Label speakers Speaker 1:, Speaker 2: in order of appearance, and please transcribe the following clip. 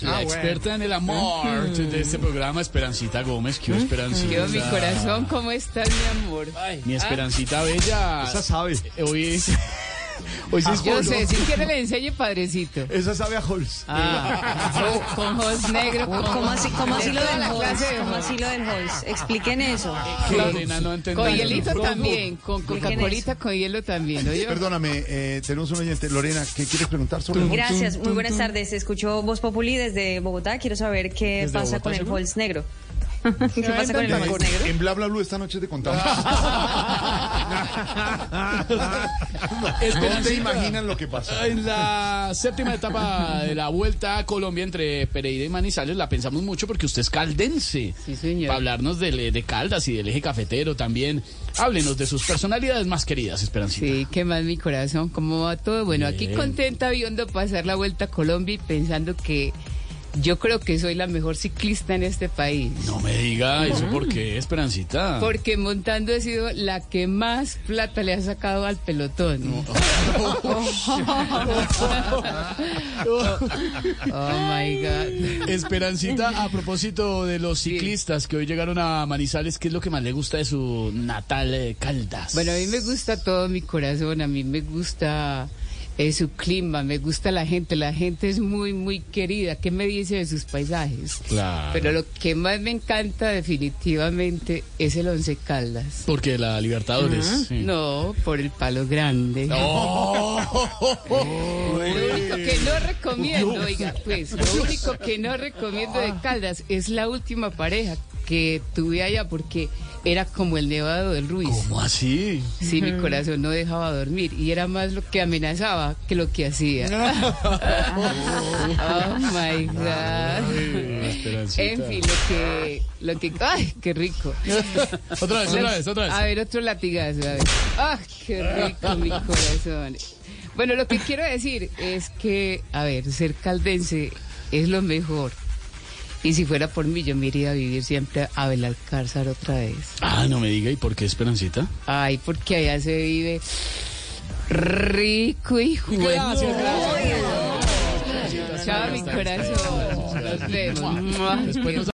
Speaker 1: La
Speaker 2: Ah,
Speaker 1: experta en el
Speaker 2: Mm.
Speaker 1: amor de este programa, Esperancita Gómez. ¿Qué hubo, Esperancita?
Speaker 2: Dios, Mm. mi corazón, Ah. ¿cómo estás, mi amor?
Speaker 1: Mi Esperancita Bella.
Speaker 3: Esa sabe.
Speaker 1: eh, Hoy es. Hoy sí es
Speaker 2: Ah, Yo
Speaker 1: por-
Speaker 2: sé, si quiere le enseñe padrecito.
Speaker 3: Esa sabe a Holz.
Speaker 2: Ah, con- con ojos negros. con-
Speaker 4: ¿Cómo así, cómo así
Speaker 2: de
Speaker 4: lo
Speaker 2: toda
Speaker 4: del
Speaker 2: la
Speaker 4: Holz?
Speaker 2: clase de
Speaker 4: ¿Cómo
Speaker 2: Holz.
Speaker 4: así lo del Holz? Expliquen eso.
Speaker 1: que Elena no entendió.
Speaker 2: Con hielito también, con
Speaker 4: ¿Quién es?
Speaker 2: Coca-Colita, con hielo también, ¿no?
Speaker 5: Perdóname, eh, tenemos un oyente. Lorena, ¿qué quieres preguntar sobre el Holz?
Speaker 4: Gracias, muy buenas tardes. Escucho Voz Populi desde Bogotá. Quiero saber qué
Speaker 1: ¿Desde
Speaker 4: pasa
Speaker 1: Bogotá,
Speaker 4: con el
Speaker 1: seguro?
Speaker 4: Holz negro. ¿Qué pasa con el Holz negro?
Speaker 5: Eh, En bla bla Blue esta noche te contamos. No te imaginas lo que pasa.
Speaker 1: En la séptima etapa de la Vuelta a Colombia entre Pereira y Manizales la pensamos mucho porque usted es caldense.
Speaker 2: Sí, señor.
Speaker 1: Para hablarnos del- eh, de Caldas y del eje cafetero también. Háblenos de sus personalidades más queridas, Esperancita.
Speaker 2: Sí, qué más mi corazón, ¿cómo va todo? Bueno, aquí
Speaker 1: Bien.
Speaker 2: contenta viendo pasar la vuelta a Colombia y pensando que yo creo que soy la mejor ciclista en este país.
Speaker 1: No me diga eso porque, Esperancita.
Speaker 2: Porque montando he sido la que más plata le ha sacado al pelotón. oh my God.
Speaker 1: Esperancita, a propósito de los ciclistas que hoy llegaron a Manizales, ¿qué es lo que más le gusta de su natal eh, Caldas?
Speaker 2: Bueno, a mí me gusta todo mi corazón, a mí me gusta eh, su clima, me gusta la gente, la gente es muy, muy querida. ¿Qué me dice de sus paisajes?
Speaker 1: Claro.
Speaker 2: Pero lo que más me encanta definitivamente es el Once Caldas.
Speaker 1: Porque la Libertadores. sí.
Speaker 2: No, por el palo grande. Lo único que no recomiendo, oiga, pues, lo único que no recomiendo de Caldas es la última pareja que tuve allá porque era como el nevado del Ruiz.
Speaker 1: ¿Cómo así?
Speaker 2: Sí, mi corazón no dejaba dormir y era más lo que amenazaba que lo que hacía. oh my God. En fin, lo que, lo que, ay, qué rico.
Speaker 1: Otra vez, otra vez, otra vez.
Speaker 2: A ver, otro latigazo, a ver. ¡Ah, qué rico mi corazón! Bueno, lo que quiero decir es que, a ver, ser caldense es lo mejor. Y si fuera por mí, yo me iría a vivir siempre a Belalcázar otra vez.
Speaker 1: Ah, no me diga, ¿y por qué Esperancita?
Speaker 2: Ay, porque allá se vive rico y bueno. Chao, mi corazón. Nos vemos. Mua.
Speaker 1: Después nos